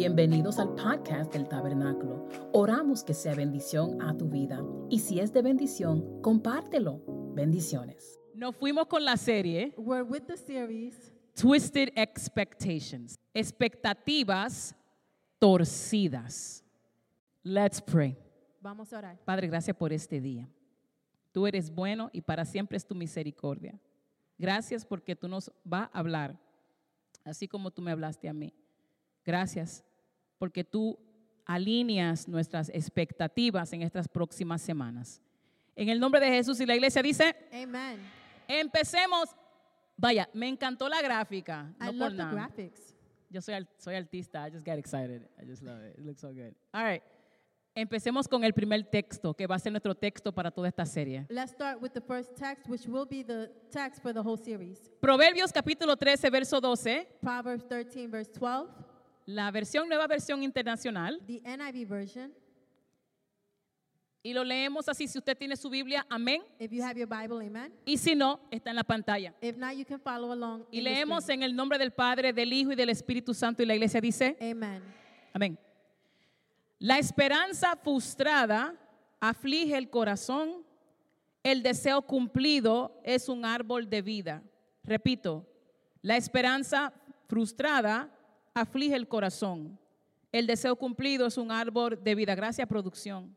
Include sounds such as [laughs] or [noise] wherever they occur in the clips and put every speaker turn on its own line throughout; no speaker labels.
Bienvenidos al podcast del Tabernáculo. Oramos que sea bendición a tu vida y si es de bendición, compártelo. Bendiciones.
Nos fuimos con la serie
We're with the series
Twisted Expectations, expectativas torcidas. Let's pray.
Vamos a orar.
Padre, gracias por este día. Tú eres bueno y para siempre es tu misericordia. Gracias porque tú nos vas a hablar, así como tú me hablaste a mí. Gracias porque tú alineas nuestras expectativas en estas próximas semanas. En el nombre de Jesús y la iglesia dice,
Amen.
empecemos. Vaya, me encantó la gráfica.
I
no por
love the
nada.
graphics.
Yo soy, al- soy artista, I just get excited. I just love it. It looks so good. All right. Empecemos con el primer texto, que va a ser nuestro texto para toda esta serie.
Let's start with the first text, which will be the text for the whole series.
Proverbios capítulo 13, verso 12,
Proverbs 13, verse 12,
la versión nueva versión internacional.
the NIV version.
Y lo leemos así, si usted tiene su Biblia, amén.
If you have your Bible, amen.
Y si no, está en la pantalla.
If not, you can follow along.
Y
in the
leemos
screen.
en el nombre del Padre, del Hijo y del Espíritu Santo. Y la iglesia dice,
Amen.
Amén. La esperanza frustrada aflige el corazón. El deseo cumplido es un árbol de vida. Repito, la esperanza frustrada aflige el corazón. El deseo cumplido es un árbol de vida. Gracias, producción.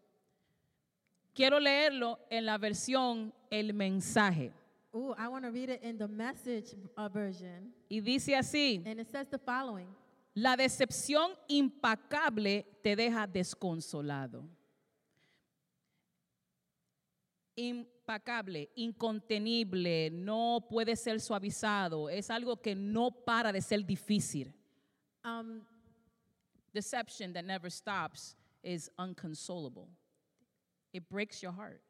Quiero leerlo en la versión El mensaje.
Ooh, I want to read it in the message uh, version.
Y dice así,
And it says the following
La decepción impacable te deja desconsolado. Impacable, incontenible, no puede ser suavizado. Es algo que no para de ser difícil.
um,
Deception that never stops is unconsolable. It breaks your heart.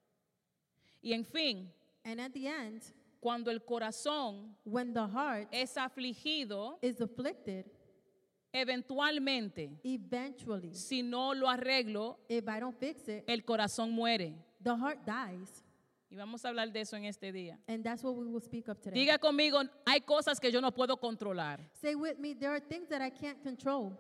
Y en fin,
And at the end,
cuando el corazón
when the heart
es afligido,
is afflicted,
eventualmente,
eventually,
si no lo arreglo,
if I don't fix it,
el corazón muere.
the heart dies.
Y vamos a hablar de eso en este día.
And that's what we will speak of today.
Diga conmigo, hay cosas que yo no puedo controlar.
Say with me, there are things that I can't control.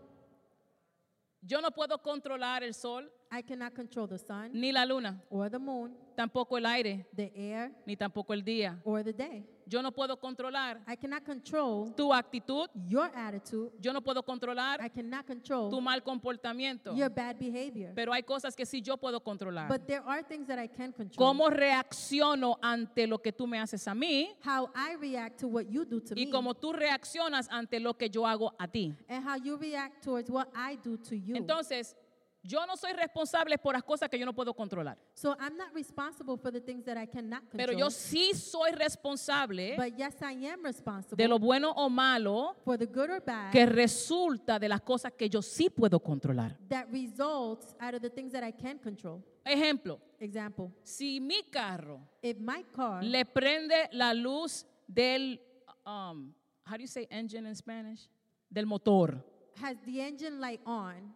Yo no puedo controlar el sol,
I cannot control the sun
ni la luna,
or the moon,
tampoco el aire,
the air
ni tampoco el día.
or the day.
Yo no puedo controlar
I cannot control
tu actitud,
your attitude.
yo no puedo controlar
I cannot
tu
control
mal comportamiento.
your bad behavior.
Pero hay cosas que sí yo puedo controlar.
But there are things that I can control.
Cómo reacciono ante lo que tú me haces a mí
How I react to what you do to
y
me
cómo tú reaccionas ante lo que yo hago a ti.
and how you react towards what I do to you.
Entonces, yo no soy responsable por las cosas que yo no puedo controlar.
So I'm not responsible for the things that I cannot
Pero yo
control.
sí soy responsable
But yes, I am
de lo
responsible
bueno o malo
for the good or bad
que resulta de las cosas que yo sí puedo controlar.
that results out of the things that I can control.
Ejemplo,
Example,
si mi carro
if my car
le prende la luz del, um, how do you say engine in Spanish? Del motor.
has the engine light on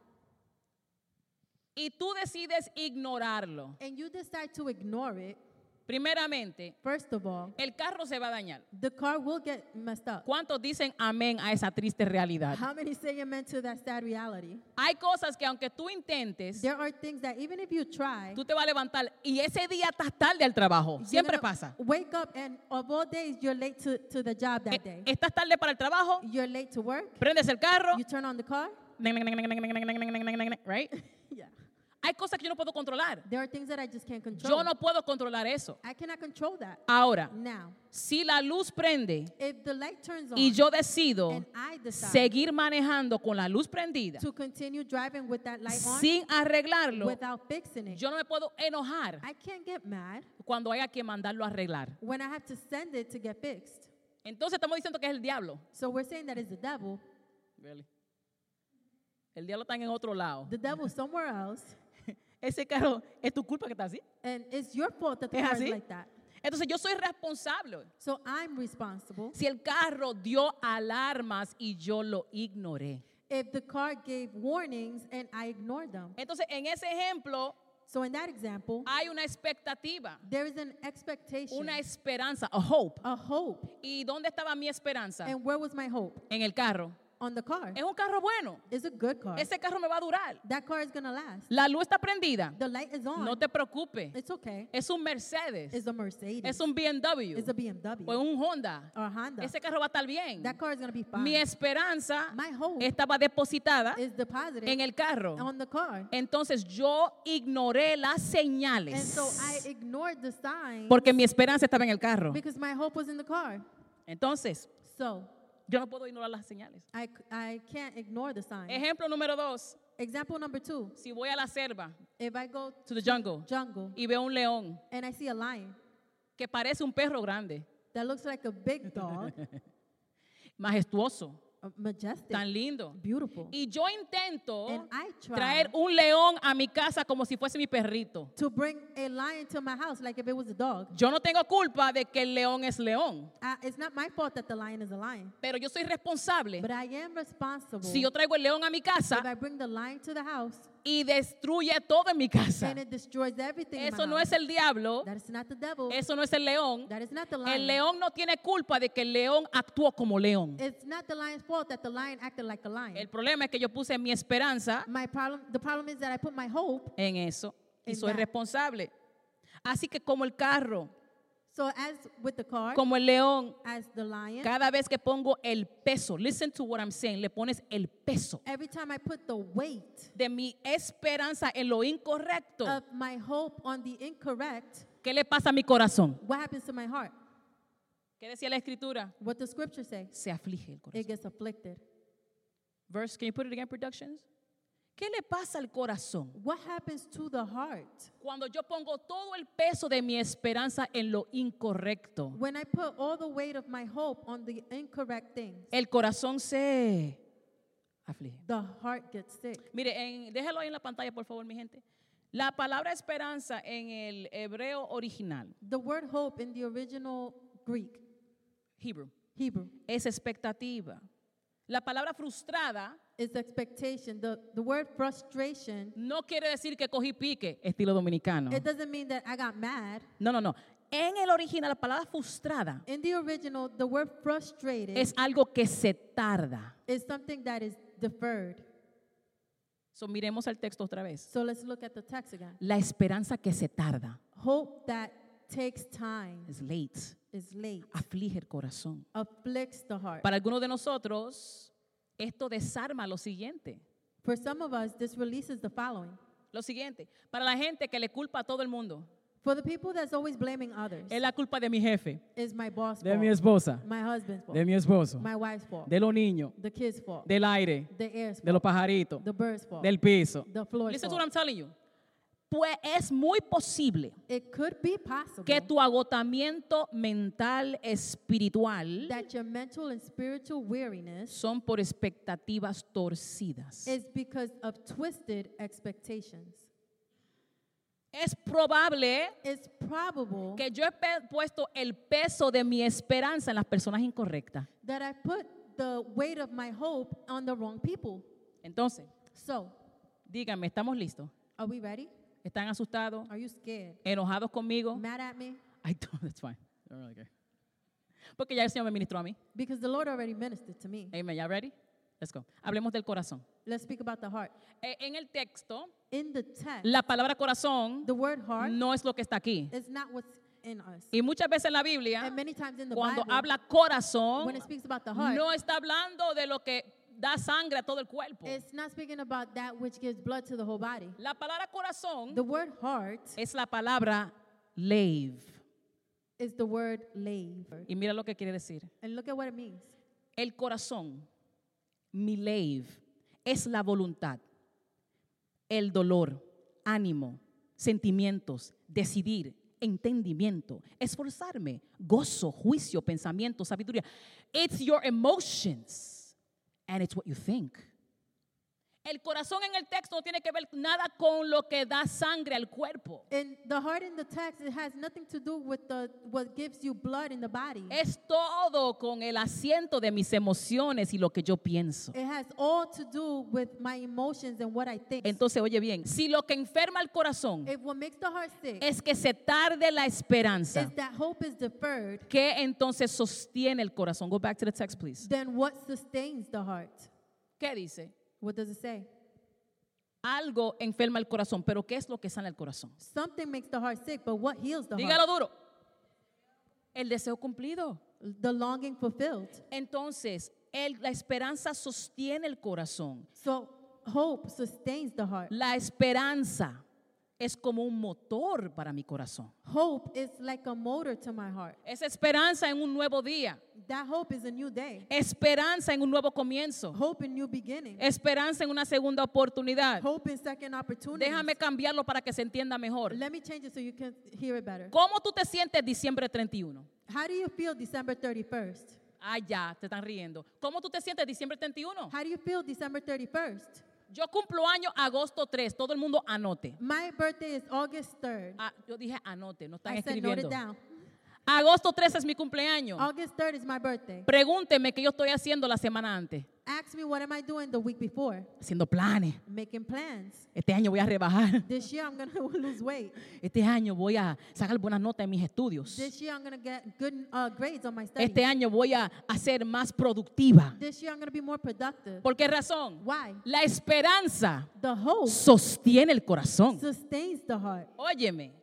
Y tú decides ignorarlo.
and you decide to ignore it,
Primeramente,
first of all,
el carro se va a dañar.
the car will get messed up.
¿Cuántos dicen amén a esa triste realidad?
How many say amen to that sad reality?
Hay cosas que aunque tú intentes,
There are things that even if you try,
tú te vas a levantar y ese día estás tarde al trabajo.
you're
Siempre
gonna
pasa.
Wake up and of all days you're late to, to the job that
Eh,
day.
Estás tarde para el trabajo,
You're late to work,
prendes el carro.
you turn on the car. [laughs]
Right?
Yeah.
Hay cosas que yo no puedo controlar.
There are things that I just can't control.
Yo no puedo controlar eso.
I cannot control that.
Ahora,
Now,
si la luz prende
if the light turns on
y yo decido
and I decide
seguir manejando con la luz prendida
to continue driving with that light on
sin arreglarlo,
without fixing it,
yo no me puedo enojar
I can't get mad
cuando haya que mandarlo a arreglar.
when I have to send it to get fixed.
Entonces estamos diciendo que es el diablo.
So we're saying that it's the devil.
Really. El diablo está en otro lado.
The devil's somewhere else,
Ese carro es tu culpa que está así.
and it's your fault that the
¿Es
car
así?
is like that.
Entonces yo soy responsable.
So I'm responsible.
Si el carro dio alarmas y yo lo ignoré.
If the car gave warnings and I ignored them.
Entonces, en ese ejemplo,
So in that example,
hay una expectativa,
there is an expectation,
una esperanza, a hope.
a hope.
¿Y dónde estaba mi esperanza?
And where was my hope?
En el carro.
on the car.
Es un carro bueno.
It's a good car.
Ese carro me va a durar.
That car is going to last.
La luz está prendida.
The light is on.
No te preocupes.
It's okay.
Es un Mercedes.
It's a Mercedes.
Es un BMW.
It's a BMW
O un Honda.
or a Honda.
Ese carro va a estar bien.
That car is going to be fine.
Mi esperanza
My hope
estaba depositada
is deposited
en el carro.
on the car.
Entonces yo ignoré las
And so I
señales
ignored the sign
porque mi esperanza estaba en el carro.
because my hope was in the car.
Entonces
So
yo no puedo ignorar las señales.
I, c- I can't ignore the sign.
Ejemplo número dos.
Example number two.
Si voy a la selva,
If I go
to the jungle,
jungle
y veo un león
and I see a lion
que parece un perro grande,
that looks like a big dog,
majestuoso,
uh, majestic,
tan lindo.
beautiful,
Y yo intento
And I try
traer un león a mi casa como si fuese mi perrito.
to bring a lion to my house like if it was a dog.
Yo no tengo culpa de que el león es león,
I, it's not my fault that the lion is a lion,
pero yo soy responsable.
but I am responsible.
Si yo traigo el león a mi
if
casa
I bring the lion to the house
y destruye todo en mi casa,
and it destroys everything, in my
eso no es
house,
el diablo,
that is not the devil.
eso no es el león.
that is not the lion.
El león no tiene culpa de que el león actuó como león.
It's not the lion's fault that the lion acted like a lion.
El problema es que yo puse mi esperanza
my problem, the problem is that I put my hope.
en eso y
En
soy
that.
responsable. Así que como el carro,
So as with the car,
como el león,
as the lion,
cada vez que pongo el peso, listen to what I'm saying, le pones el peso
every time I put the weight
de mi esperanza en lo incorrecto,
of my hope on the incorrect,
¿qué le pasa a mi corazón?
what happens to my heart?
¿Qué decía la escritura?
What the scripture say?
Se aflige el corazón.
It gets afflicted.
Verse, can you put it again, productions? ¿Qué le pasa al corazón
What happens to the heart
cuando yo pongo todo el peso de mi esperanza en lo incorrecto?
when I put all the weight of my hope on the incorrect things?
El corazón se aflige.
The heart gets sick.
Mire, en- déjalo ahí en la pantalla, por favor, mi gente. La palabra esperanza en el hebreo original,
The word hope in the original Greek,
Hebrew,
Hebrew,
es expectativa. La palabra frustrada
is expectation. The, the word frustration
no quiere decir que cogí pique, estilo dominicano.
It doesn't mean that I got mad.
No, no, no. En el original, la palabra frustrada
In the original, the word frustrated
es algo que se tarda.
is something that is deferred.
So, miremos el texto otra vez.
So let's look at the text again.
La esperanza que se tarda
Hope that takes time
es late,
is late,
aflige el corazón.
afflicts the heart.
Para algunos de nosotros, esto desarma lo siguiente.
For some of us, this releases the following.
Lo siguiente, para la gente que le culpa a todo el mundo,
For the people that's always blaming others,
es la culpa de mi jefe,
is my boss'
de
fault,
mi esposa,
my husband's fault,
de mi esposo,
my wife's fault,
de los niños,
the kid's fault,
del aire,
the air's
de
fault,
los pajaritos,
the bird's fault,
del piso.
the floor's
Listen to what
fault.
I'm telling you. Pues es muy posible
It could be possible
que tu agotamiento mental, espiritual,
that your mental and spiritual weariness
son por expectativas torcidas.
is because of twisted expectations.
Es probable
It's probable
que yo he pe- puesto el peso de mi esperanza en las personas incorrectas.
that I put the weight of my hope on the wrong people.
Entonces,
So,
díganme, ¿estamos listos?
are we ready?
¿Están asustados?
Are you scared?
enojados conmigo.
Mad at me?
I don't, [laughs] that's fine. I don't really care. Porque ya el Señor me ministró a mí.
Because the Lord already ministered to me.
Amen. ¿Ya ready? Let's go. Hablemos del corazón.
Let's speak about the heart.
Eh, En el texto,
In the text,
la palabra corazón
the word heart
no es lo que está aquí.
is not what's in us.
Y muchas veces en la Biblia,
And many times in the
cuando
Bible,
habla corazón,
when it speaks about the heart,
no está hablando de lo que da sangre a todo el cuerpo.
it's not speaking about that which gives blood to the whole body.
La palabra corazón
The word heart
es la palabra lave.
is the word lave.
Y mira lo que quiere decir.
And look at what it means.
El corazón, mi lave, es la voluntad, el dolor, ánimo, sentimientos, decidir, entendimiento, esforzarme, gozo, juicio, pensamiento, sabiduría. It's your emotions and it's what you think. El corazón en el texto no tiene que ver nada con lo que da sangre al cuerpo.
And the heart in the text, it has nothing to do with the what gives you blood in the body.
Es todo con el asiento de mis emociones y lo que yo pienso.
It has all to do with my emotions and what I think.
Entonces, oye bien, si lo que enferma el corazón
if what makes the heart sick
es que se tarde la
is
esperanza,
that hope is deferred,
¿qué entonces sostiene el corazón? Go back to the text, please.
then what sustains the heart?
¿Qué dice?
What does it say?
Algo enferma el corazón, pero ¿qué es lo que sana el corazón?
Something makes the heart sick, but what heals the
Dígalo
heart?
duro. El deseo cumplido.
The longing fulfilled.
Entonces, el- la esperanza sostiene el corazón.
So hope sustains the heart.
La esperanza es como un motor para mi corazón.
Hope is like a motor to my heart.
Es esperanza en un nuevo día,
That hope is a new day.
esperanza en un nuevo comienzo,
Hope in new beginning.
esperanza en una segunda oportunidad.
Hope in second opportunity.
Déjame cambiarlo para que se entienda mejor.
Let me change it so you can hear it better.
¿Cómo tú te sientes diciembre 31?
How do you feel December 31st?
Ah, ya, te están riendo. ¿Cómo tú te sientes diciembre 31?
How do you feel December 31st?
Yo cumplo año agosto 3. Todo el mundo anote.
My birthday is August 3rd.
Ah, yo dije anote, no están
I said note
escribiendo.
it down.
Agosto 3 es mi cumpleaños.
August 3rd is my birthday.
Pregúnteme qué yo estoy haciendo la semana antes.
Ask me what am I doing the week before?
Haciendo planes.
Making plans.
Este año voy a rebajar.
This year I'm gonna [laughs] lose weight.
Este año voy a sacar buenas notas en mis estudios.
This year I'm gonna get good uh, grades on my studies.
Este año voy a, a ser más productiva.
This year I'm gonna be more productive.
¿Por qué razón?
Why?
La esperanza
The hope
sostiene el corazón.
sustains the heart.
Óyeme,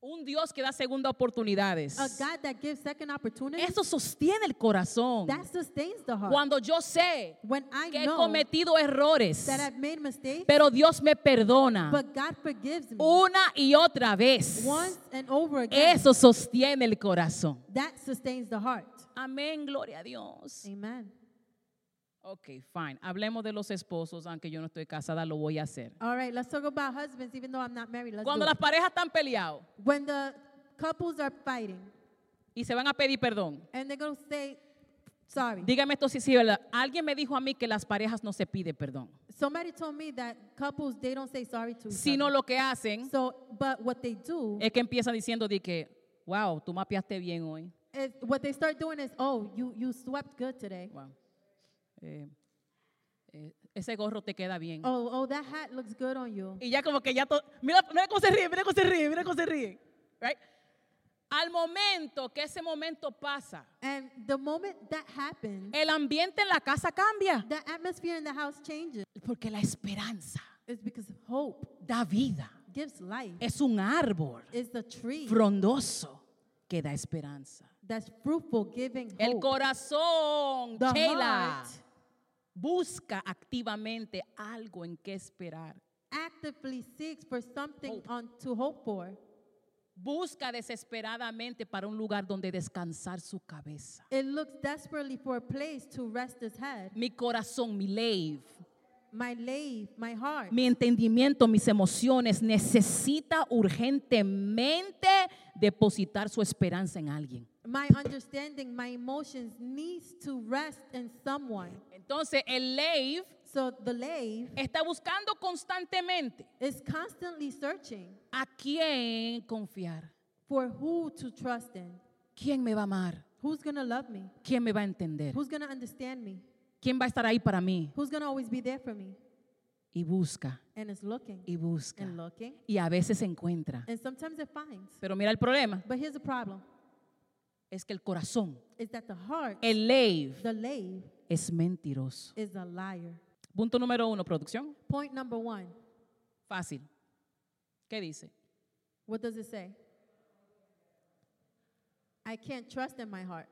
un Dios que da segunda oportunidades.
A God that gives second opportunities
Eso sostiene el corazón.
that sustains the heart.
Cuando yo sé
when I
que he
know
cometido errores,
that I've made mistakes,
pero Dios me perdona
but God forgives me
una y otra vez.
once and over again.
Eso sostiene el corazón.
That sustains the heart.
Amén, gloria a Dios.
Amen.
Ok, fine. Hablemos de los esposos, aunque yo no estoy casada, lo voy a hacer.
All right, let's talk about husbands, even though I'm not married. Let's
Cuando
do
las
it.
parejas están peleados
When the couples are fighting
y se van a pedir perdón,
and they're gonna say sorry.
dígame esto si sí, ¿verdad? Alguien me dijo a mí que las parejas no se pide perdón,
Somebody told me that couples they don't say sorry to each
sino
other.
lo que hacen
So, but what they do
es que empiezan diciendo de que, wow, tú mapeaste bien hoy.
is what they start doing is, oh, you you swept good today.
Wow. Eh, eh, ese gorro te queda bien.
Oh, oh, that hat looks good on you.
Y ya como que ya todo. Mira, mira cómo se ríe, mira cómo se ríe, mira cómo se ríe. Right? Al momento que ese momento pasa,
And the moment that happens,
el ambiente en la casa cambia.
the atmosphere in the house changes.
Porque la esperanza
It's because hope
da vida.
gives life.
Es un árbol
It's the tree
frondoso que da esperanza.
that's fruitful, giving
El
hope.
corazón,
The
Sheila,
heart
busca activamente algo en qué esperar.
actively seeks for something on to hope for.
Busca desesperadamente para un lugar donde descansar su cabeza.
It looks desperately for a place to rest his head.
Mi corazón, mi lave,
My lave, my heart.
mi entendimiento, mis emociones necesita urgentemente depositar su esperanza en alguien.
My understanding, my emotions needs to rest in someone.
Entonces el lave
So the lave
está buscando constantemente
is constantly searching
a quién confiar,
for who to trust in.
quién me va a amar,
Who's going to love me?
quién me va a entender,
Who's going to understand me?
quién va a estar ahí para mí.
Who's going to always be there for me?
Y busca,
And it's looking
y busca.
and looking.
Y a veces encuentra.
And sometimes it finds.
Pero mira el problema,
But here's the problem
es que el corazón
is that the heart,
El lave
the lave,
es mentiroso.
is a liar.
Punto número uno, producción.
Point number one.
Fácil. ¿Qué dice?
What does it say? I can't trust in my heart.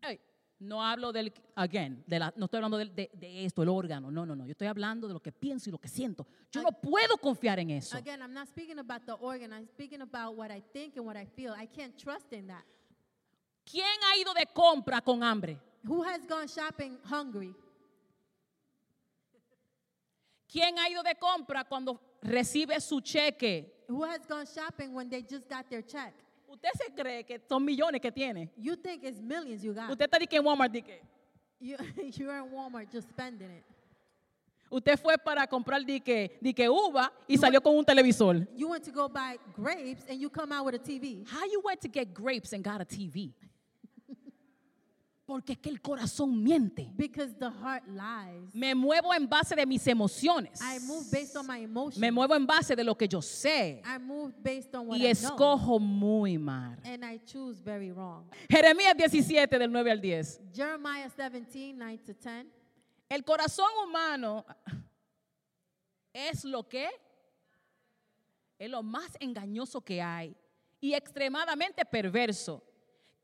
Ey, no hablo del, again, de la- no estoy hablando del- de, de esto, el órgano. No, no, no. Yo estoy hablando de lo que pienso y lo que siento. Yo no puedo confiar en eso.
Again, I'm not speaking about the organ. I'm speaking about what I think and what I feel. I can't trust in that.
¿Quién ha ido de compra con hambre?
Who has gone shopping hungry?
¿Quién ha ido de compra cuando recibe su cheque?
Who has gone shopping when they just got their check?
Usted se cree que son millones que tiene.
You think it's millions you got.
Usted está de que en Walmart, de que
You, [laughs] you're in Walmart just spending it.
usted fue para comprar de que, de que uva y salió con un televisor.
You went to go buy grapes and you come out with a TV. [laughs]
How you went to get grapes and got a TV? Porque es que el corazón miente.
because the heart lies.
Me muevo en base de mis emociones.
I move based on my emotions.
Me muevo en base de lo que yo sé.
I move based on what
Y
I know.
escojo muy mal.
And I choose very wrong.
Jeremías 17 del 9 al 10.
Jeremiah 17, 9 to 10.
El corazón humano es lo que es lo más engañoso que hay y extremadamente perverso.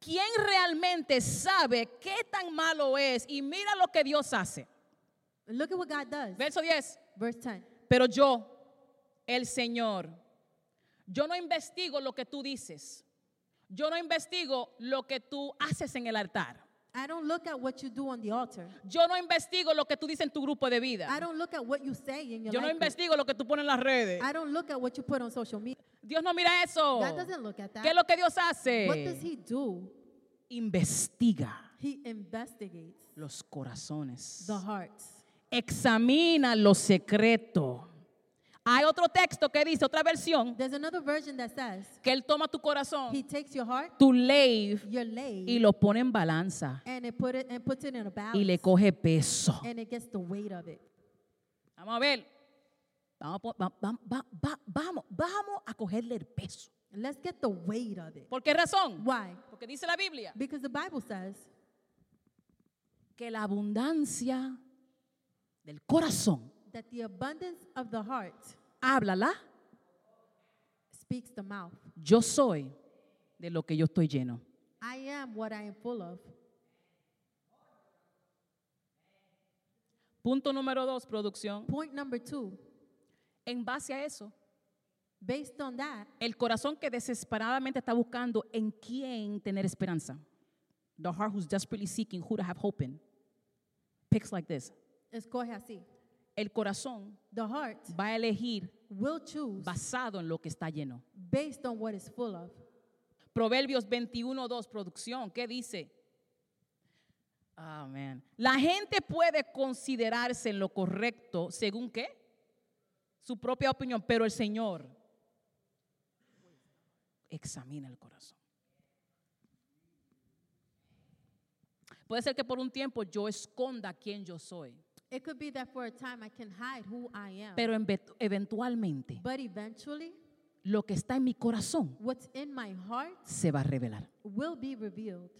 ¿Quién realmente sabe qué tan malo es? Y mira lo que Dios hace.
Look at what God does.
Verso 10.
Verse 10.
Pero yo, el Señor, yo no investigo lo que tú dices. Yo no investigo lo que tú haces en el altar.
I don't look at what you do on the altar.
Yo no investigo lo que tú dices en tu grupo de
I
vida.
don't look at what you say in your
Yo no
life group.
investigo lo que tú pones en las redes.
I don't look at what you put on social media.
Dios no mira eso.
God doesn't look at that.
¿Qué es lo que Dios
What does
hace?
he do?
Investiga
He investigates
los corazones.
the hearts.
Examina los secretos. Hay otro texto que dice, otra versión,
There's another version that says,
que Él toma tu corazón,
He takes your heart,
tu ley,
your
Oh. y
lay,
lo pone en balanza
and it put it and puts it in a
y le
balance, Eh.
coge peso.
and it gets the weight of it.
Vamos a ver. Vamos, a po- va- va- va- va- vamos, vamos a cogerle el peso.
Let's get the weight of it.
¿Por qué razón?
Why?
Porque dice la Biblia
Because the Bible says
que la abundancia del corazón
that the abundance of the heart
háblala.
speaks the mouth.
Yo soy de lo que yo estoy lleno.
I am what I am full of.
Punto número dos, producción.
Point number two,
En base a eso,
based on that,
el corazón que desesperadamente está buscando en quién tener esperanza. The heart who's desperately seeking who to have hope in. Picks like this.
is coge así.
El corazón
The heart
va a elegir
will choose
basado en lo que está lleno.
based on what it's full of.
Proverbios 21.2, producción, ¿qué dice? Amén. La gente puede considerarse en lo correcto según qué? Su propia opinión, pero el Señor examina el corazón. Puede ser que por un tiempo yo esconda quién yo soy,
It could be that for a time I can hide who I am,
pero enve- eventualmente
but eventually
lo que está en mi corazón
what's in my heart
se va a revelar.
will be revealed.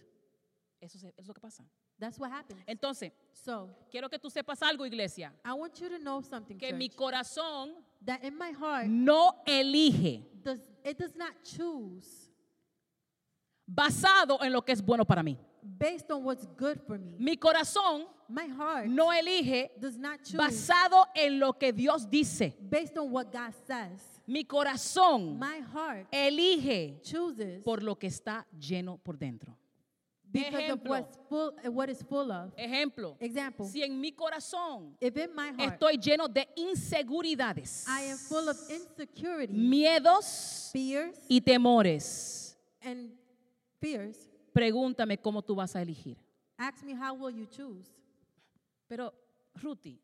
Eso se- eso es lo que pasa.
That's what happens.
Entonces,
So
Quiero que tú sepas algo, iglesia.
I want you to know something,
Que mi
church,
corazón
that in my heart
no elige
does it does not choose
basado en lo que es bueno para mí.
based on what's good for me.
Mi corazón
My heart
no elige
does not choose
basado en lo que Dios dice.
based on what God says.
Mi corazón
My heart
elige
chooses
por lo que está lleno por dentro.
because of
Ejemplo.
what's full, what it's full of.
Ejemplo,
Example.
si en mi corazón
If in my heart
estoy lleno de inseguridades,
I am full of insecurity,
miedos
fears,
y temores,
and fears,
pregúntame cómo tú vas a elegir.
ask me how will you choose?
Pero, Ruti,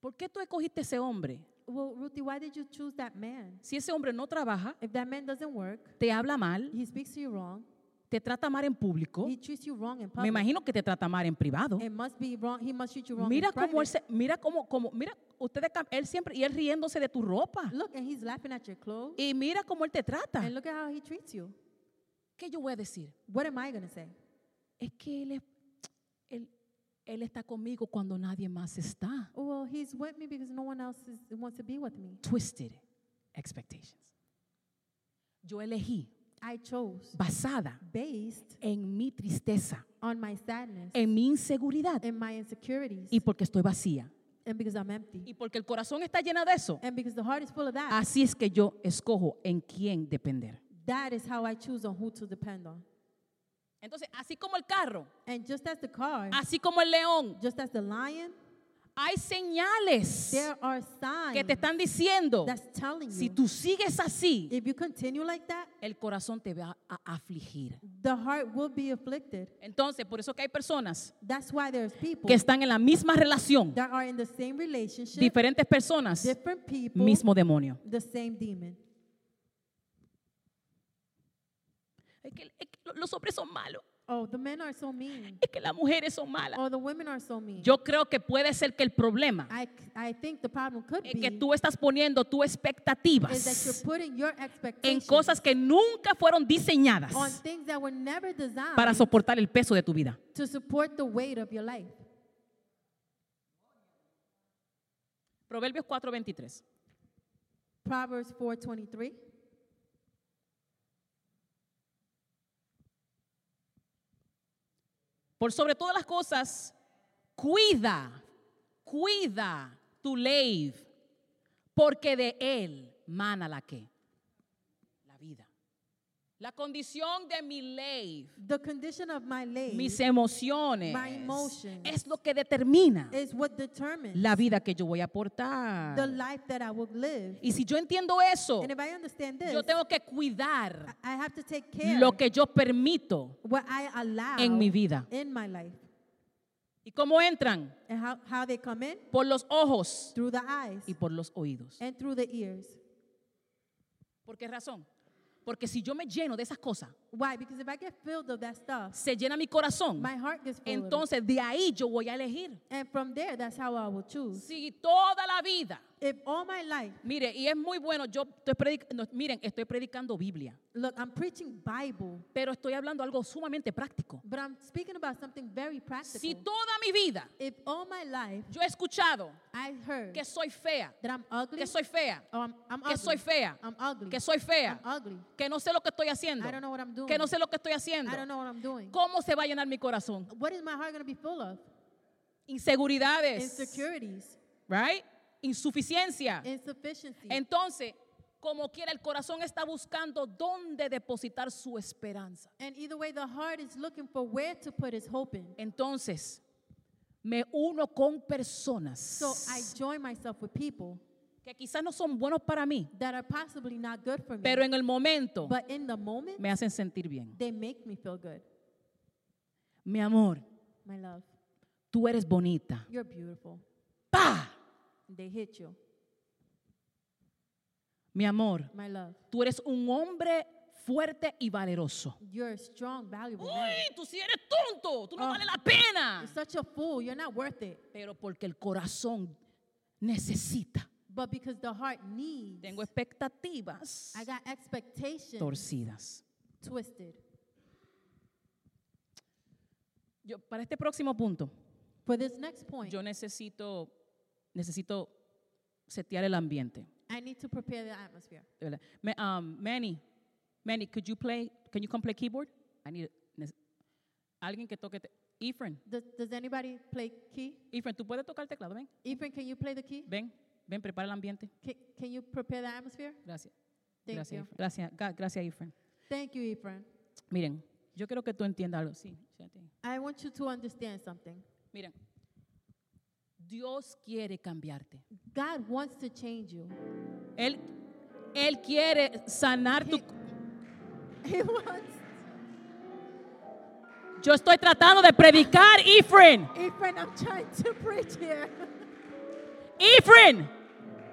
¿por qué tú escogiste ese hombre?
Well, Ruthie, why did you choose that man?
Si ese hombre no trabaja,
If that man doesn't work,
te habla mal,
he speaks to you wrong,
te trata mal en público,
he treats you wrong in
me
public.
imagino que te trata mal en privado.
It must be wrong. He must treat you wrong. in
Mira cómo él
private.
se, mira cómo, cómo, mira, ustedes, cam- él siempre, y él riéndose de tu ropa.
Look, and he's laughing at your clothes.
Y mira cómo él te trata.
And look at how he treats you.
¿Qué yo voy a decir?
What am I going to say?
Es que él, es- él, él está conmigo cuando nadie más está.
"Oh, Well, he's with me because no one else is, wants to be with me.
Twisted expectations. Yo elegí
I chose
basada
based
en mi tristeza.
on my sadness
en mi inseguridad
and my insecurities
y porque estoy vacía.
and because I'm empty
Y porque el corazón está lleno de eso.
and because the heart is full of that.
Así es que yo escojo en quién depender.
That is how I choose on who to depend on.
Entonces, así como el carro,
And just as the car,
así como el león,
just as the lion,
hay señales
there are signs
que te están diciendo,
that's telling
si
you
tú sigues así,
if you continue like that,
el corazón te va a afligir.
the heart will be afflicted.
Entonces, por eso que hay personas
That's why there's people
que están en la misma relación,
that are in the same relationship,
diferentes personas,
different people,
mismo demonio.
the same demon.
Es que- es que los hombres son malos.
Oh, the men are so mean.
Es que las mujeres son malas.
Oh, the women are so mean.
Yo creo que puede ser que el problema
I, I think the problem could
es que
be
tú estás poniendo tus
is that you're
expectativas
putting your
en
expectations
cosas que nunca fueron
on
diseñadas
things that were never designed
para soportar el peso de tu vida.
to support the weight of your life.
Proverbios 4:23.
Proverbs 4:23.
Por sobre todas las cosas, cuida, cuida tu ley, porque de él mana la que? La vida. La condición de mi ley,
The condition of my lay
mis emociones,
My emotions.
es lo que determina
is what determines
la vida que yo voy a
the
aportar.
life that I will live.
Y si yo entiendo eso,
And if I understand this,
yo tengo que cuidar
I have to take care
lo que yo permito.
what I allow
en mi vida.
in my life
¿Y cómo entran?
and how, how they come in
Por los ojos
through the eyes
y por los oídos.
and through the ears.
¿Por qué razón? Porque si yo me lleno de esas cosas,
Why? Because if I get filled of that stuff,
se llena mi corazón,
my heart gets full of it.
entonces de ahí yo voy a elegir.
And from there, that's how I will choose.
Si toda la vida,
If all my life,
mire, y es muy bueno, yo estoy predic- no, miren, estoy predicando Biblia,
look, I'm preaching Bible,
pero estoy hablando algo sumamente práctico.
but I'm speaking about something very practical.
Si toda mi vida
if all my life
yo he escuchado
I heard
que soy fea,
that I'm ugly,
que soy fea,
oh, I'm, I'm
que
ugly,
soy fea,
I'm ugly,
que soy fea,
I'm ugly,
que no sé lo que estoy haciendo,
I don't know what I'm doing,
que no sé lo que estoy
I don't
haciendo,
know what I'm doing.
¿cómo se va a llenar mi corazón?
What is my heart going to be full of?
Inseguridades.
Insecurities,
right? Insuficiencia.
insufficiency.
Entonces, como quiera, el corazón está buscando dónde depositar su esperanza.
and either way, the heart is looking for where to put his hope in.
Entonces, me uno con
So I
personas
join myself with people
que quizás no son buenos para mí,
that are possibly not good for me,
pero en el momento
but in the moment,
me hacen sentir bien.
they make me feel good.
Mi amor,
My love,
tú eres bonita.
you're beautiful.
¡Pa!
They hit you.
Mi amor,
My love,
tú eres un hombre fuerte y valeroso.
you're a strong, valuable man.
Uy, tú sí eres tonto, tú no
Ah.
vales la pena.
You're such a fool. You're not worth it.
Pero porque el corazón necesita
But because the heart needs,
Tengo expectativas
I got expectations
torcidas.
twisted.
Yo, para este próximo punto,
For this next point,
yo necesito, necesito setear el ambiente.
I need to prepare the atmosphere.
de verdad. Me- um, Manny, Manny, could you play? Can you come play keyboard? I need nece- alguien que toque. te- Efren,
Does, does anybody play key?
Efren, tú puedes tocar el teclado, ven,
Ethan, can you play the key?
ven, ven, prepara el ambiente.
Can, can you prepare the atmosphere?
Gracias.
Thank
gracias,
you.
Efren. gracias, ga- gracias, Efren.
Thank you, Ephraim.
Miren, yo quiero que tú entiendas algo. Sí, ya te-
I want you to understand something.
miren, Dios quiere cambiarte.
God wants to change
[laughs]
you.
Él, él quiere sanar tu...
He wants.
Yo estoy tratando de predicar, Efren.
Ephraim, I'm trying to preach [laughs] here.
Efren,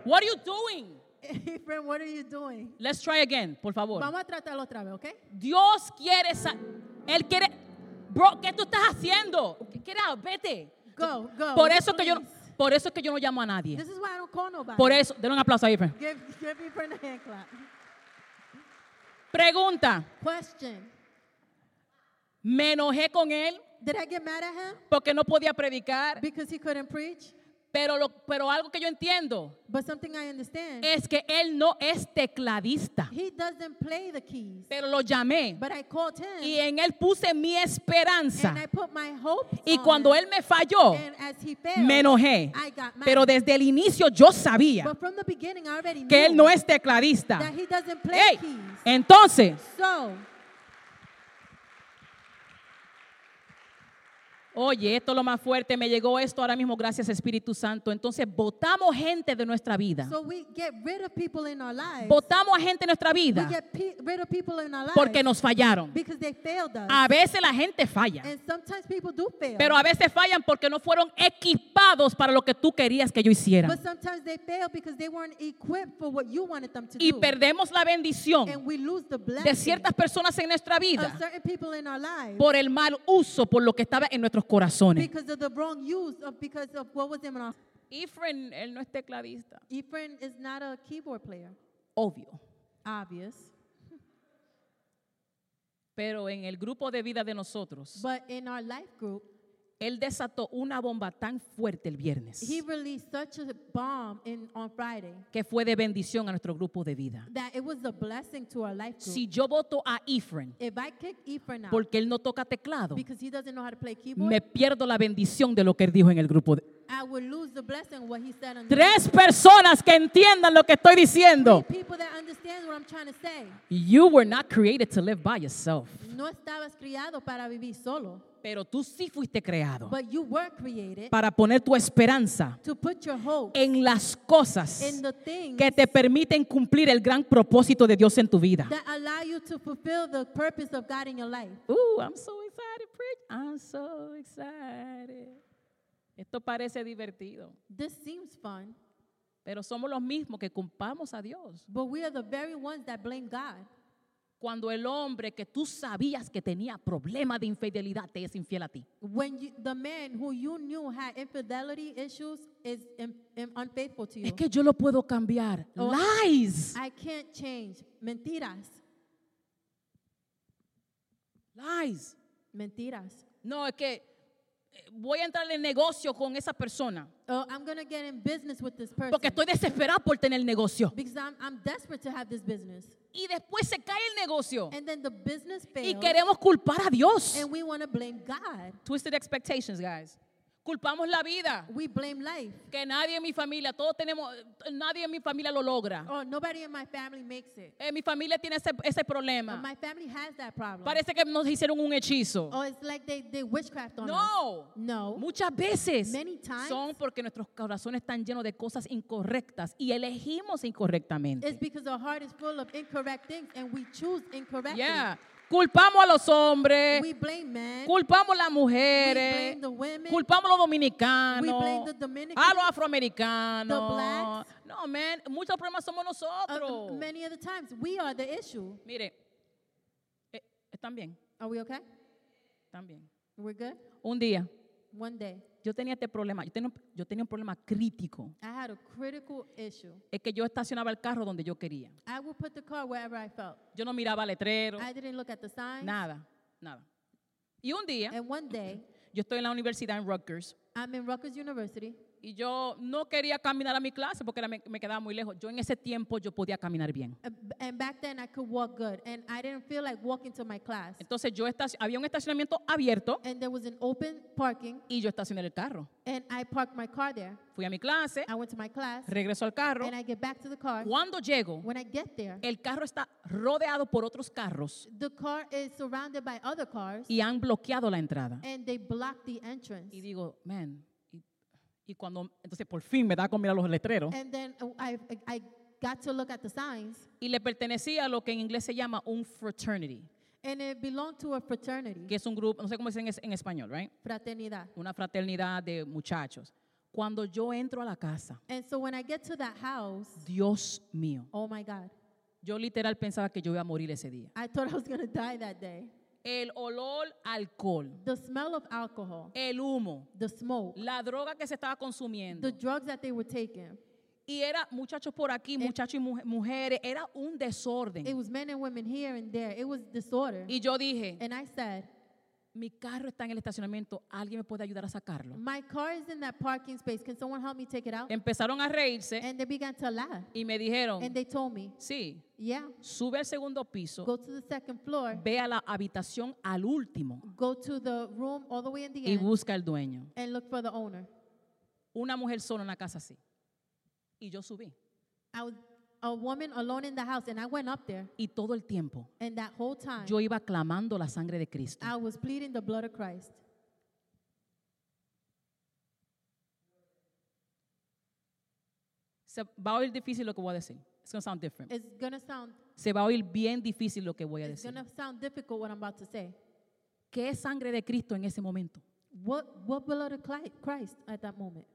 what are you doing?
Ephraim, what are you doing?
Let's try again, por favor.
Vamos a tratarlo otra vez, ¿ok?
Dios quiere... sa- Él quiere... Bro, ¿qué tú estás haciendo? Get out, vete.
Go, go.
Por eso, que yo, no-
please.
por eso es que yo no llamo a nadie.
This is why I don't call nobody.
Por e- eso, denle un aplauso a Efren.
Give, give Ephraim a hand clap.
Pregunta,
Question.
¿me enojé con él
Did I get mad at him
porque no podía predicar?
because he couldn't preach?
Pero, lo- pero algo que yo entiendo
But something I understand,
es que él no es tecladista.
he doesn't play the keys.
Pero lo llamé
But I called him
Eh. y en él puse mi esperanza.
and I put my hope
Y
on
cuando
him.
él me falló,
and as he failed,
me enojé.
I got mad.
Pero desde el inicio yo sabía
But from the beginning, I already
que
knew
él no es eh. tecladista.
that he doesn't play
Ey,
keys.
entonces,
So,
Oye, esto es lo más fuerte, me llegó esto ahora mismo, gracias Espíritu Santo. Entonces, votamos gente de nuestra vida.
So we get rid of people in our lives.
Votamos a gente de nuestra
we
vida
get pe- rid of people in our lives
porque nos fallaron.
because they failed us.
A veces la gente falla,
and sometimes people do fail.
pero a veces fallan porque no fueron equipados para lo que tú querías que yo hiciera.
but sometimes they fail because they weren't equipped for what you wanted them to
Y
do.
perdemos la bendición
and we lose the
de
blessing
ciertas personas en nuestra
of
vida
certain people in our lives
por el mal uso, por lo que estaba en nuestros corazones.
because of the wrong use of because of what was in our
Efren, él no es tecladista.
Ephraim is not a keyboard player.
Obvio.
Obvious.
Pero en el grupo de vida de nosotros,
But in our life group,
él desató una bomba tan fuerte el viernes
he released such a bomb in on Friday
que fue de bendición a nuestro grupo de vida.
that it was a blessing to our life group.
Si yo voto a Efren
if I kick Ephraim out
porque él no toca teclado,
because he doesn't know how to play keyboard,
me pierdo la bendición de lo que él dijo en el grupo. de-
I would lose the blessing what he said on the-
Tres personas que entiendan lo que estoy diciendo.
people that understand what I'm trying to say.
You were not created to live by yourself,
No estabas criado para vivir solo,
pero tú sí fuiste creado
but you were created
para poner tu esperanza
to put your hope
en las cosas
in the things
que te permiten cumplir el gran propósito de Dios en tu vida.
that allow you to fulfill the purpose of God in your life.
Ooh, I'm so excited, preach. I'm so excited. Esto parece divertido,
This seems fun,
pero somos los mismos que culpamos a Dios.
but we are the very ones that blame God.
Cuando el hombre que tú sabías que tenía problemas de infidelidad te es infiel a ti.
When you, the man who you knew had infidelity issues is im- im- unfaithful to you.
Es que yo lo puedo cambiar.
Oh.
Lies.
I can't change. Mentiras.
Lies.
Mentiras.
Ah. No, es que eh, voy a entrar en negocio con esa persona
Oh, I'm going to get in business with this person.
porque estoy desesperada por tener el negocio.
Because I'm, I'm desperate to have this business.
Y después se cae el negocio.
And then the business
Y
fails.
queremos culpar a Dios.
And we want to blame God.
Twisted expectations, guys. Culpamos la vida.
We blame life.
Que nadie en mi familia, todos tenemos, nadie en mi familia lo logra.
Oh, nobody in my family makes it.
Eh, mi familia tiene ese, ese
Oh,
problema.
my family has that problem.
Parece que nos hicieron un hechizo.
oh, it's like they, they witchcraft on us.
No.
No.
Muchas veces
Many times.
son porque nuestros corazones están llenos de cosas incorrectas y elegimos incorrectamente.
It's because our heart is full of incorrect things and we choose incorrectly.
Yeah. Culpamos a los hombres,
We blame men.
culpamos a las
We
mujeres,
blame the women.
culpamos a los
We blame
dominicanos,
the Dominicans.
a los afroamericanos.
The blacks.
No, man, muchos problemas somos
Uh,
nosotros.
many of the times, we are the issue.
Mire, eh, están bien,
Are we okay?
están bien.
We're good?
Un día
One day,
yo tenía este problema, yo tenía, un- yo tenía un problema crítico.
I had a critical issue.
Es que yo estacionaba el carro donde yo quería.
I would put the car wherever I felt.
Yo no miraba letrero,
I didn't look at the sign.
nada, nada. Y un día,
And one day,
yo estoy en la universidad en Rutgers
I'm in Rutgers University.
y yo no quería caminar a mi clase porque era- me, me quedaba muy lejos. Yo en ese tiempo yo podía caminar bien.
uh, b- And back then, I could walk good. And I didn't feel like walking to my class.
Entonces yo estaci- había un estacionamiento abierto
And there was an open parking,
y yo estacioné el carro.
and I parked my car there.
Fui a mi clase,
I went to my class,
regreso al carro.
and I get back to the car.
Cuando llego,
When I get there,
el carro está rodeado por otros carros
the car is surrounded by other cars,
y han bloqueado la entrada.
and they block the entrance.
Y digo, man, y, y cuando, entonces por fin me da con mirar los letreros.
And then uh, I, I got to look at the signs,
Y le pertenecía a lo que en inglés se llama un fraternity,
and it belonged to a fraternity,
que es un grupo, no sé cómo dicen es- en español, right?
Fraternidad.
Una fraternidad de muchachos. Cuando yo entro a la casa,
And so when I get to that house,
Dios mío,
oh my God,
yo literal pensaba que yo iba a morir ese día.
I thought [laughs] I was going to die that day.
El olor a alcohol,
The smell of alcohol,
el humo,
the smoke,
la droga que se estaba consumiendo.
the drugs that they were taking,
Y era muchachos por aquí, muchachos y muje- mujeres, era un
it
desorden.
was men and women here and there. It was disorder.
Y yo dije,
And I said,
mi carro está en el estacionamiento, alguien me puede ayudar a sacarlo.
My car is in that parking space. Can someone help me take it out?
Empezaron a reírse
And they began to laugh.
y me dijeron,
And they told me,
sí,
Yeah,
sube al segundo piso,
go to the second floor,
ve a la habitación al último
go to the room all the way in the
y
end,
busca al dueño.
and look for the owner.
Una mujer sola en la casa así. Y yo subí.
I was a woman alone in the house, and I went up there.
Y todo el tiempo
And that whole time,
yo iba clamando la sangre de Cristo.
I was pleading the blood of Christ.
Se va a oír difícil lo que voy a decir. It's going to sound different.
It's gonna sound
Se va a oír bien difícil lo que voy a
it's
decir.
gonna sound difficult what I'm about to say.
¿Qué es sangre de Cristo en ese momento?
What what blood of Cli- Christ at that moment?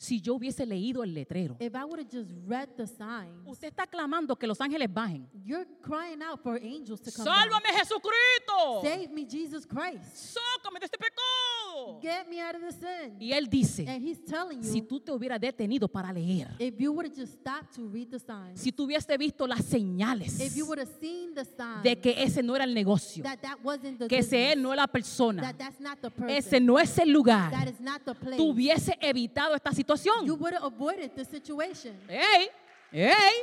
Si yo hubiese leído el letrero.
If I would have just read the sign,
Usted está clamando que los ángeles bajen.
you're crying out for angels to come. down.
¡Sálvame, Jesucristo!
Save me, Jesus Christ.
¡Sócame de este pecado!
Get me out of the sin.
Y él dice,
And he's telling
si
you, Eh,
tú te hubieras detenido para leer,
if you would have just stopped to read the sign,
si tú hubieses visto las señales
if you would have seen the sign
de que ese no era el negocio,
Ah. that that wasn't the
que ese
business,
él no es la persona,
that that's not the
ese
person,
no es el lugar,
that is not the place,
tú hubieses evitado esta
you
situación.
would have avoided the situation.
¡Ey! ¡Ey!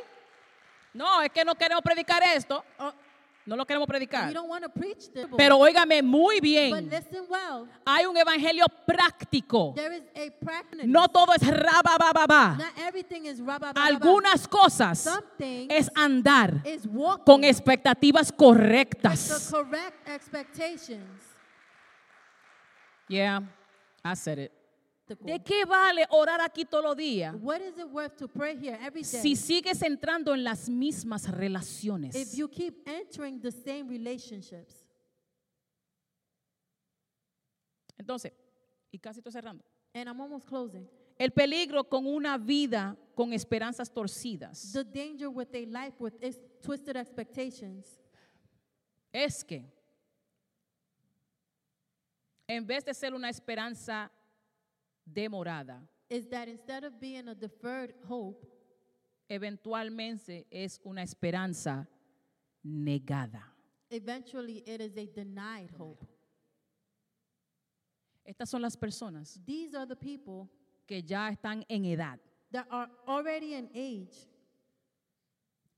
No, es que no queremos predicar esto. No lo queremos
Oh, You
predicar.
don't want to preach this,
Pero óigame muy
but
bien.
listen well.
Hay un evangelio práctico.
There is a practice.
No todo es rabababa.
Not everything is rabba.
Algunas cosas
Something
es andar
is walking
con expectativas
the
correctas.
correct expectations.
Yeah, I said it.
The
¿De qué vale orar aquí todos los días
What is it worth to pray here every day
si sigues entrando en las mismas
if
relaciones?
you keep entering the same relationships?
Entonces, y casi estoy cerrando.
And I'm almost closing.
El peligro con una vida con esperanzas torcidas
The danger with a life with is twisted expectations
es que en vez de ser una esperanza demorada,
is that instead of being a deferred hope,
eventualmente es una esperanza negada.
eventually it is a denied hope.
Estas son las personas
These are the people
que ya están en edad
that are already in age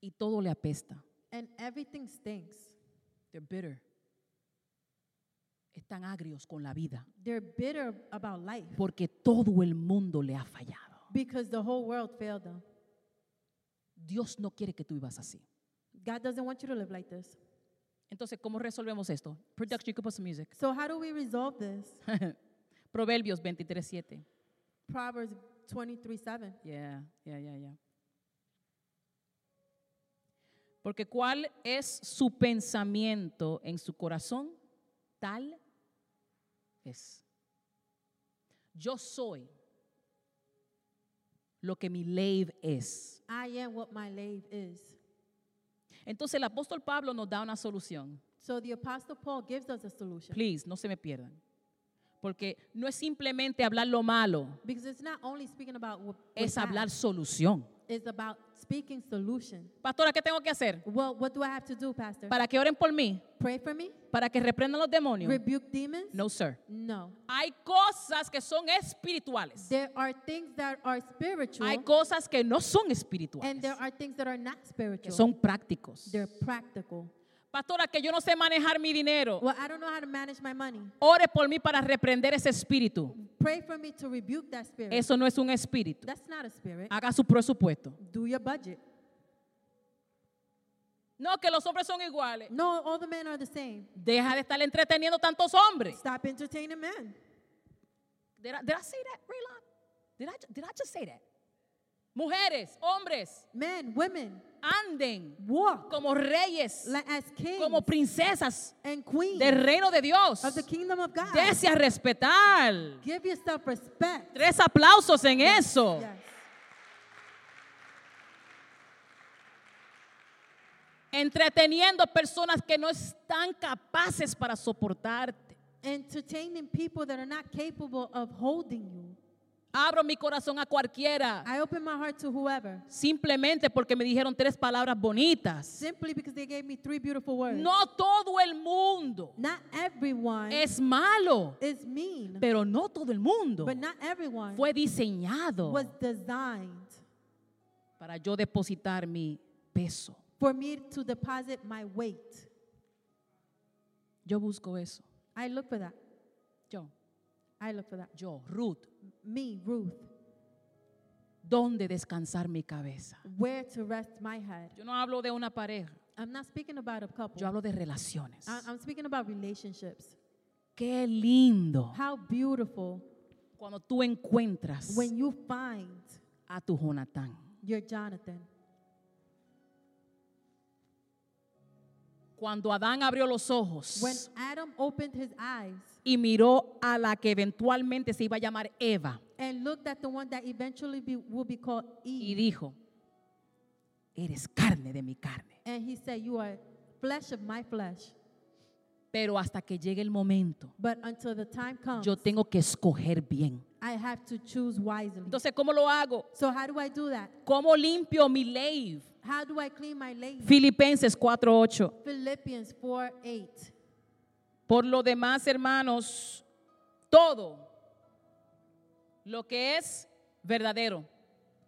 y todo le apesta.
and everything stinks.
They're bitter. Están agrios con la vida
They're bitter about life
porque todo el mundo le ha fallado.
because the whole world failed them.
Dios no quiere que tú vivas así.
God doesn't want you to live like this.
Entonces, ¿cómo resolvemos esto? Production, you can put some music. [laughs]
So how do we resolve this?
Proverbios 23:7.
Proverbs 23 7.
Yeah, yeah, yeah, yeah. Porque cuál es su pensamiento en su corazón, tal es. Yo soy lo que mi ley es.
I am what my lave is.
Entonces el apóstol Pablo nos da una solución.
So the Apostle Paul gives us a solution.
Please, no se me pierdan. Porque no es simplemente hablar lo malo,
Because it's not only speaking about what what's
es hablar
bad.
solución.
it's about speaking solution.
Pastora, ¿qué tengo que hacer?
Well, what do I have to do, Pastor?
Para que oren por mí,
Pray for me?
para que reprendan los demonios.
Rebuke demons?
No, sir.
No.
Hay cosas que son espirituales.
There are things that are spiritual
Hay cosas que no son
and
espirituales,
there are things that are not
que
spiritual.
son prácticos.
They're practical.
Pastora, que yo no sé manejar mi dinero.
Well, I don't know how to manage my money.
Ore por mí para reprender ese espíritu.
Pray for me to rebuke that spirit.
Eso no es un espíritu.
That's not a spirit.
Haga su presupuesto.
Do your budget.
No, que los hombres son iguales.
No, all the men are the same.
Deja de estar entreteniendo tantos hombres.
Stop entertaining men.
Did I, did I say that, Raylon? Did I, did I just say that? Mujeres, hombres,
Men, women,
anden
walk
como reyes,
like as kings
como princesas
and queens
del reino de Dios.
of the kingdom of God.
Dese a respetar.
Give yourself respect.
Tres aplausos en eso.
Yes.
Entreteniendo personas que no están capaces para soportarte.
Entertaining people that are not capable of holding you.
Abro mi corazón a cualquiera.
I open my heart to whoever
Simplemente porque me dijeron tres palabras bonitas.
simply because they gave me three beautiful words.
No todo el mundo
Not everyone
es malo,
is mean,
pero no todo el mundo
but not everyone
fue diseñado
was designed
para yo depositar mi peso.
for me to deposit my weight.
Yo busco eso.
I look for that.
Yo,
I look for that.
yo, Ruth,
Me, Ruth,
¿dónde descansar mi cabeza?
where to rest my head.
Yo no hablo de una pareja, Ah,
I'm not speaking about a couple.
yo hablo de relaciones.
I- I'm speaking about relationships.
Qué lindo
How beautiful
cuando tú encuentras
when you find
a tu Jonatán.
You're Jonathan.
Cuando Adán abrió los ojos
When Adam opened his eyes
y miró a la que eventualmente se iba a llamar Eva
and looked at the one that eventually be, will be called
y
Eve,
dijo, eres carne de mi carne.
and he said, You are flesh of my flesh.
Pero hasta que llegue el momento,
But until the time comes,
yo tengo que escoger bien.
I have to choose wisely.
Entonces, ¿cómo lo hago?
so, how do I do that?
¿Cómo limpio mi ley?
How do I clean my lady?
Filipenses 4:8.
Philippians 4 8.
Por lo demás, hermanos, todo lo que es verdadero,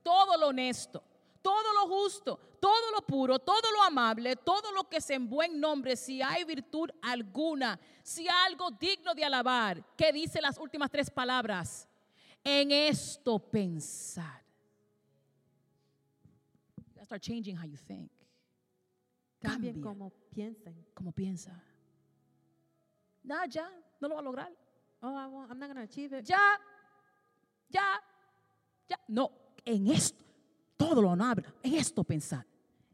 todo lo honesto, todo lo justo, todo lo puro, todo lo amable, todo lo que es en buen nombre, si hay virtud alguna, si hay algo digno de alabar, que dice las últimas tres palabras, en esto pensar. You gotta Start changing how you think.
Cambien
Cambia.
como piensen.
como piensa. Nada, ya, no lo va a lograr.
Oh, I won't, I'm not going to achieve it.
Ya, ya, ya. No, en esto, todo lo habla. En esto pensar,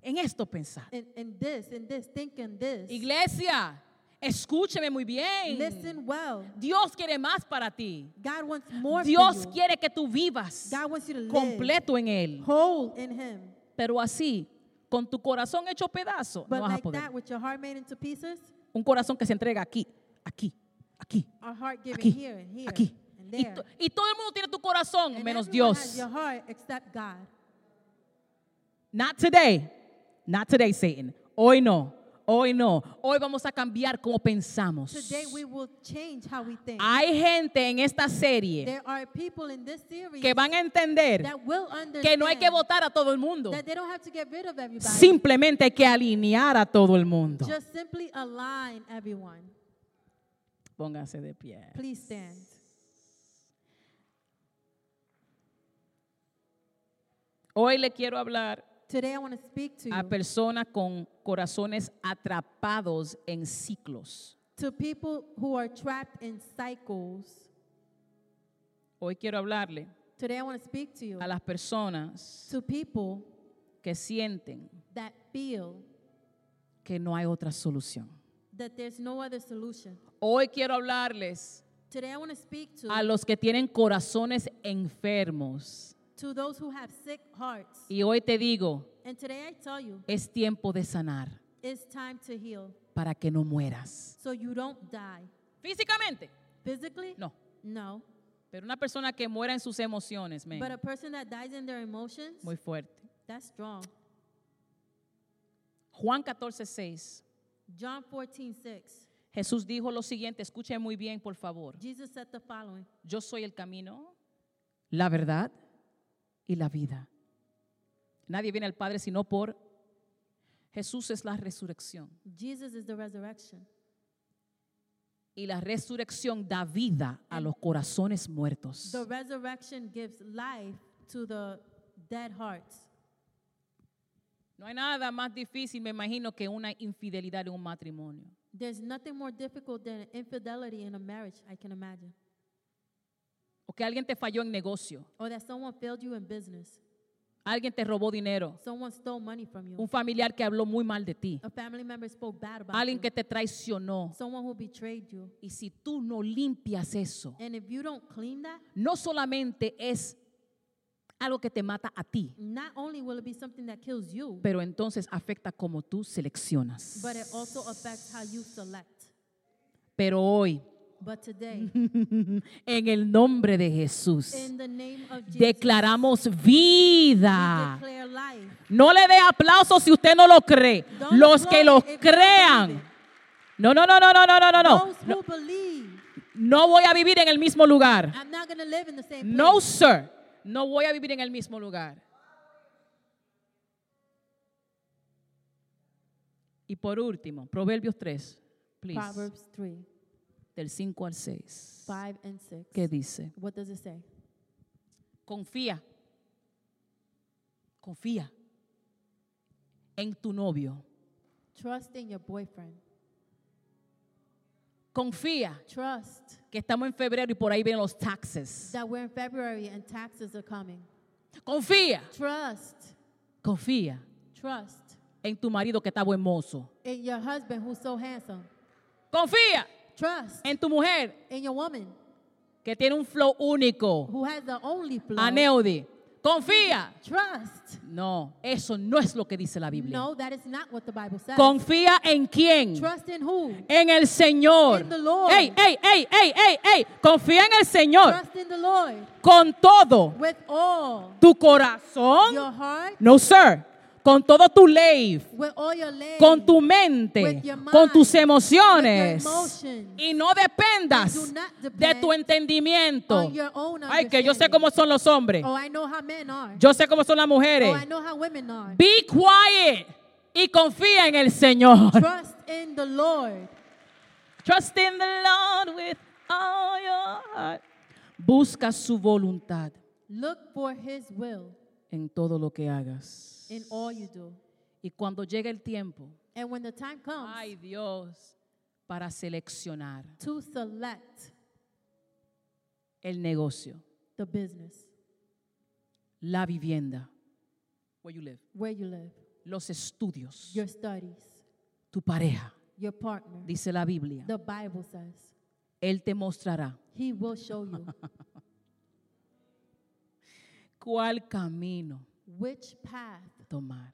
en esto pensar.
In, in this, in this, think in this.
Iglesia, escúcheme muy bien.
Listen well.
Dios quiere más para ti.
God wants more
Dios
for you.
quiere que tú vivas
God wants you to live
completo en Él.
whole in Him.
Pero así, con tu corazón hecho pedazo,
But
no vas a
like
poder.
that, with your heart made into pieces,
Un corazón que se entrega aquí, aquí, aquí,
our heart given
aquí,
here and here
aquí.
and
Y,
there.
to- y todo el mundo tiene tu corazón,
And
menos
everyone has
Dios.
your heart except God.
Not today. Not today, Satan. Hoy no. Hoy no. Hoy vamos a cambiar cómo pensamos.
Today we will change how we think.
Hay gente en esta serie
there are people in this series
que van a entender
that will understand
que no hay que votar a todo el mundo.
that they don't have to get rid of everybody.
Simplemente hay que alinear a todo el mundo.
Just simply align everyone.
Póngase de pie.
Please stand.
Hoy le quiero hablar
Today I want to speak to
a
you,
personas con corazones atrapados en ciclos.
to people who are trapped in cycles.
Hoy quiero hablarle
Today I want to speak to you,
a las personas
to people
que sienten
that feel
que no hay otra solución.
that there's no other solution.
Hoy quiero hablarles
Today I want to speak to
a los que tienen corazones enfermos.
to those who have sick hearts.
Y hoy te digo,
And today I tell you,
es tiempo de sanar
it's time to heal
para que no mueras.
so you don't die.
Físicamente,
Physically?
no.
No.
Pero una persona que muera en sus emociones, man,
But a person that dies in their emotions,
muy fuerte.
that's strong.
Juan 14, 6.
John 14, 6.
Jesús dijo lo siguiente, escuchen muy bien, por favor.
Jesus said the following
Yo soy el camino, la verdad y la vida. Nadie viene al Padre sino por Jesús es la resurrección.
Jesus is the resurrection.
Y la resurrección da vida a los corazones muertos.
The resurrection gives life to the dead hearts.
No hay nada más difícil, me imagino, que una infidelidad en un matrimonio.
There's nothing more difficult than infidelity in a marriage, I can imagine.
O que alguien te falló en negocio,
Or that someone failed you in business.
alguien te robó dinero,
Someone stole money from you.
un familiar que habló muy mal de ti,
A family member spoke bad about
alguien
you.
que te traicionó.
Someone who betrayed you.
Y si tú no limpias eso,
And if you don't clean that,
no solamente es algo que te mata a ti,
not only will it be something that kills you,
pero entonces afecta como tú seleccionas.
but it also affects how you select.
Pero hoy,
But
[laughs]
today,
en el nombre de Jesús,
in the name of Jesus,
declaramos
we
vida.
declare life.
No le dé aplausos si usted no lo cree.
Don't
Los que lo
applaud if you don't believe
crean.
it.
No, no, no, no, no, no, no, no, no.
Those who believe,
No voy a vivir en el mismo lugar.
I'm not going to live in the same place.
No, sir. No voy a vivir en el mismo lugar. Y por último, Proverbios 3, please,
Proverbs 3,
del 5 al 6.
5 and 6.
¿Qué dice?
What does it say?
Confía. Confía en tu novio.
Trust in your boyfriend.
Confía
Trust
que estamos en febrero y por ahí vienen los taxes.
that we're in February and taxes are coming.
Confía,
Trust,
confía
trust
en tu marido que está buen mozo.
in your husband who's so handsome.
Confía
Trust
en tu mujer
in your woman
que tiene un flow único.
who has the only flow.
Aneudi, confía.
Trust.
No, eso no es lo que dice la oh. Biblia.
No, that is not what the Bible says.
Confía en quién.
Trust in who?
En el Señor.
In the Lord.
Ey, ey, ey, ey, ey, ey. Confía en el Señor
Trust in the Lord
con todo
with all
tu corazón.
your heart,
No, sir. Con todo tu life.
with all your legs,
Con tu mente.
With your mind.
Con tus
With
emociones.
your emotions.
Y no dependas
And do not
de
depend
tu entendimiento.
on your own
Ay, que yo sé
understanding.
cómo son los hombres.
Oh, I know how men are.
Yo sé cómo son las
Oh,
mujeres.
I know how women are.
Be quiet y confía en el Señor.
Trust in the Lord.
[laughs] Trust in the Lord with all your heart. Busca su voluntad
Look for His will
en todo lo que hagas.
in all you do.
Y cuando llegue el tiempo,
And when the time comes
ay Dios, para seleccionar
to select
el negocio,
the business
la vivienda, where you live,
where you live,
los estudios,
your studies,
tu pareja,
your partner,
dice la Biblia,
the Bible says
Él te mostrará
He will show you
cuál camino
which path
tomar.